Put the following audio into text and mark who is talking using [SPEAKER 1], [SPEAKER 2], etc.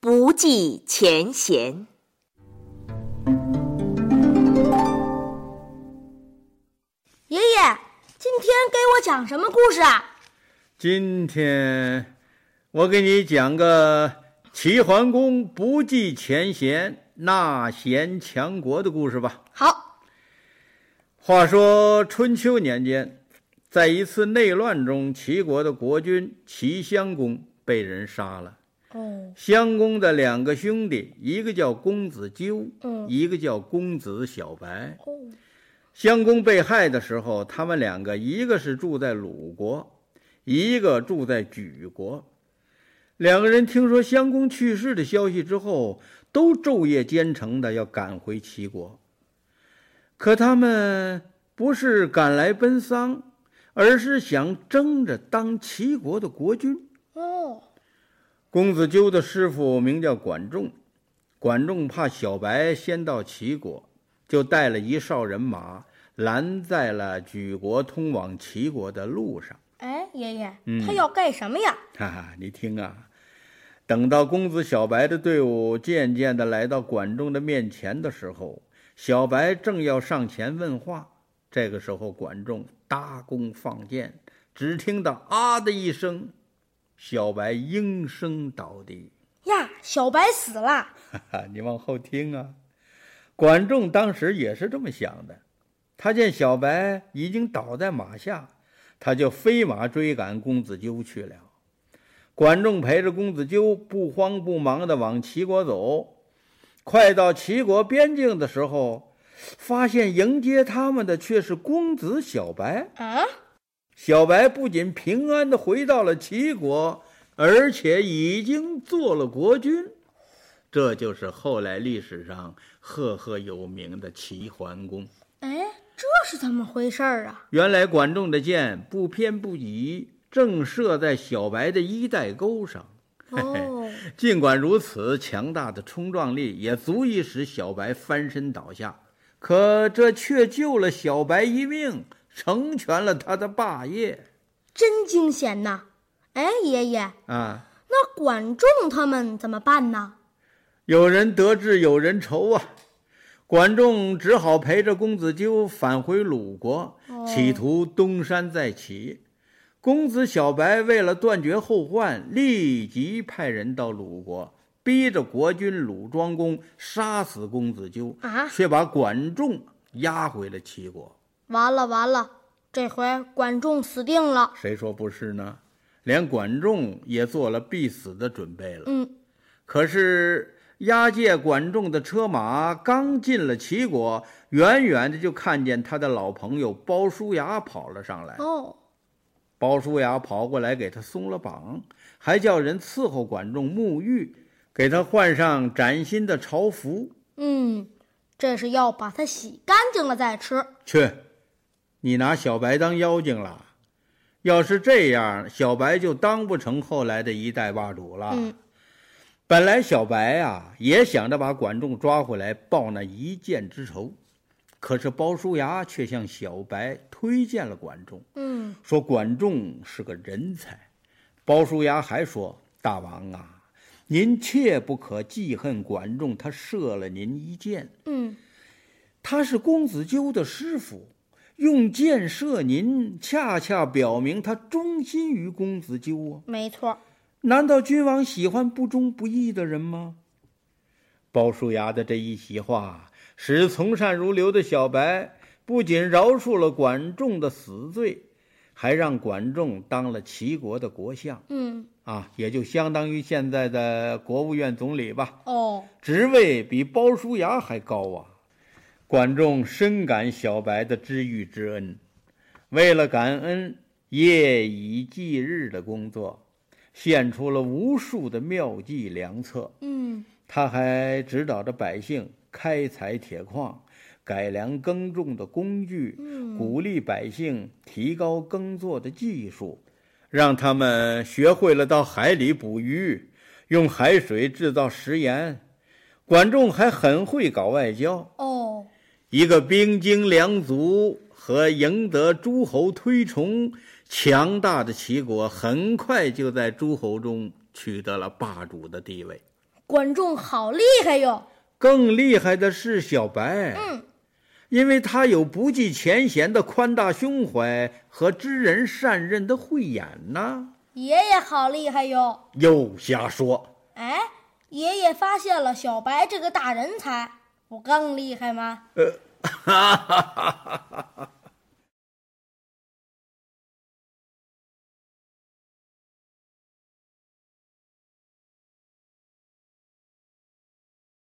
[SPEAKER 1] 不计前嫌。
[SPEAKER 2] 爷爷，今天给我讲什么故事啊？
[SPEAKER 3] 今天我给你讲个齐桓公不计前嫌、纳贤强国的故事吧。
[SPEAKER 2] 好，
[SPEAKER 3] 话说春秋年间，在一次内乱中，齐国的国君齐襄公被人杀了。
[SPEAKER 2] 哦，
[SPEAKER 3] 襄公的两个兄弟，一个叫公子纠，
[SPEAKER 2] 嗯
[SPEAKER 3] 一个叫公子小白。
[SPEAKER 2] 哦，
[SPEAKER 3] 襄公被害的时候，他们两个一个是住在鲁国，一个住在莒国。两个人听说襄公去世的消息之后，都昼夜兼程的要赶回齐国。可他们不是赶来奔丧，而是想争着当齐国的国君。
[SPEAKER 2] 哦，
[SPEAKER 3] 公子纠的师傅名叫管仲，管仲怕小白先到齐国，就带了一哨人马拦在了举国通往齐国的路上。
[SPEAKER 2] 哎，爷爷，
[SPEAKER 3] 嗯
[SPEAKER 2] 他要干什么呀？
[SPEAKER 3] 哈哈，你听啊，等到公子小白的队伍渐渐的来到管仲的面前的时候，小白正要上前问话，这个时候管仲搭弓放箭，只听到啊的一声，小白应声倒地。
[SPEAKER 2] 呀，小白死了。
[SPEAKER 3] 哈哈， 你往后听啊。管仲当时也是这么想的，他见小白已经倒在马下，他就飞马追赶公子纠去了。管仲陪着公子纠不慌不忙地往齐国走，快到齐国边境的时候，发现迎接他们的却是公子小白。
[SPEAKER 2] 啊，
[SPEAKER 3] 小白不仅平安的回到了齐国，而且已经做了国君。这就是后来历史上赫赫有名的齐桓公。
[SPEAKER 2] 哎，这是怎么回事儿啊？
[SPEAKER 3] 原来管仲的箭不偏不倚，正射在小白的衣带钩上。
[SPEAKER 2] 哦，
[SPEAKER 3] 尽管如此，强大的冲撞力也足以使小白翻身倒下，可这却救了小白一命，成全了他的霸业
[SPEAKER 2] 真惊险呐！哎，爷爷，
[SPEAKER 3] 啊！
[SPEAKER 2] 那管仲他们怎么办呢？
[SPEAKER 3] 有人得志有人愁啊！管仲只好陪着公子纠返回鲁国，企图东山再起。公子小白为了断绝后患，立即派人到鲁国，逼着国君鲁庄公杀死公子纠
[SPEAKER 2] 啊
[SPEAKER 3] 却把管仲押回了齐国。
[SPEAKER 2] 完了完了，这回管仲死定了。
[SPEAKER 3] 谁说不是呢？连管仲也做了必死的准备了。
[SPEAKER 2] 嗯，
[SPEAKER 3] 可是押解管仲的车马刚进了齐国，远远的就看见他的老朋友包叔牙跑了上来。
[SPEAKER 2] 哦，
[SPEAKER 3] 包叔牙跑过来给他松了绑，还叫人伺候管仲沐浴，给他换上崭新的朝服。
[SPEAKER 2] 嗯，这是要把它洗干净了再吃。
[SPEAKER 3] 去，你拿小白当妖精了？要是这样，小白就当不成后来的一代霸主了。
[SPEAKER 2] 嗯
[SPEAKER 3] 本来小白啊也想着把管仲抓回来报那一箭之仇，可是包叔牙却向小白推荐了管仲，
[SPEAKER 2] 嗯，
[SPEAKER 3] 说管仲是个人才。包叔牙还说：“大王啊，您切不可记恨管仲，他射了您一箭。
[SPEAKER 2] 嗯，
[SPEAKER 3] 他是公子纠的师傅，用箭射您，恰恰表明他忠心于公子纠啊。
[SPEAKER 2] 没错儿。
[SPEAKER 3] 难道君王喜欢不忠不义的人吗？包叔牙的这一席话，使从善如流的小白不仅饶恕了管仲的死罪，还让管仲当了齐国的国相
[SPEAKER 2] 嗯，
[SPEAKER 3] 啊，也就相当于现在的国务院总理吧。
[SPEAKER 2] 哦，
[SPEAKER 3] 职位比包叔牙还高啊！管仲深感小白的知遇之恩，为了感恩，夜以继日的工作，献出了无数的妙计良策。
[SPEAKER 2] 嗯，
[SPEAKER 3] 他还指导着百姓开采铁矿、改良耕种的工具，鼓励百姓提高耕作的技术，让他们学会了到海里捕鱼，用海水制造食盐。管仲还很会搞外交，
[SPEAKER 2] 哦，
[SPEAKER 3] 一个兵精良足和赢得诸侯推崇、强大的齐国，很快就在诸侯中取得了霸主的地位。
[SPEAKER 2] 管仲好厉害哟！
[SPEAKER 3] 更厉害的是小白，
[SPEAKER 2] 嗯，
[SPEAKER 3] 因为他有不计前嫌的宽大胸怀和知人善任的慧眼呐。
[SPEAKER 2] 爷爷好厉害哟！
[SPEAKER 3] 又瞎说，
[SPEAKER 2] 哎，爷爷发现了小白这个大人才，我更厉害吗？
[SPEAKER 3] 呃，哈哈哈哈哈哈！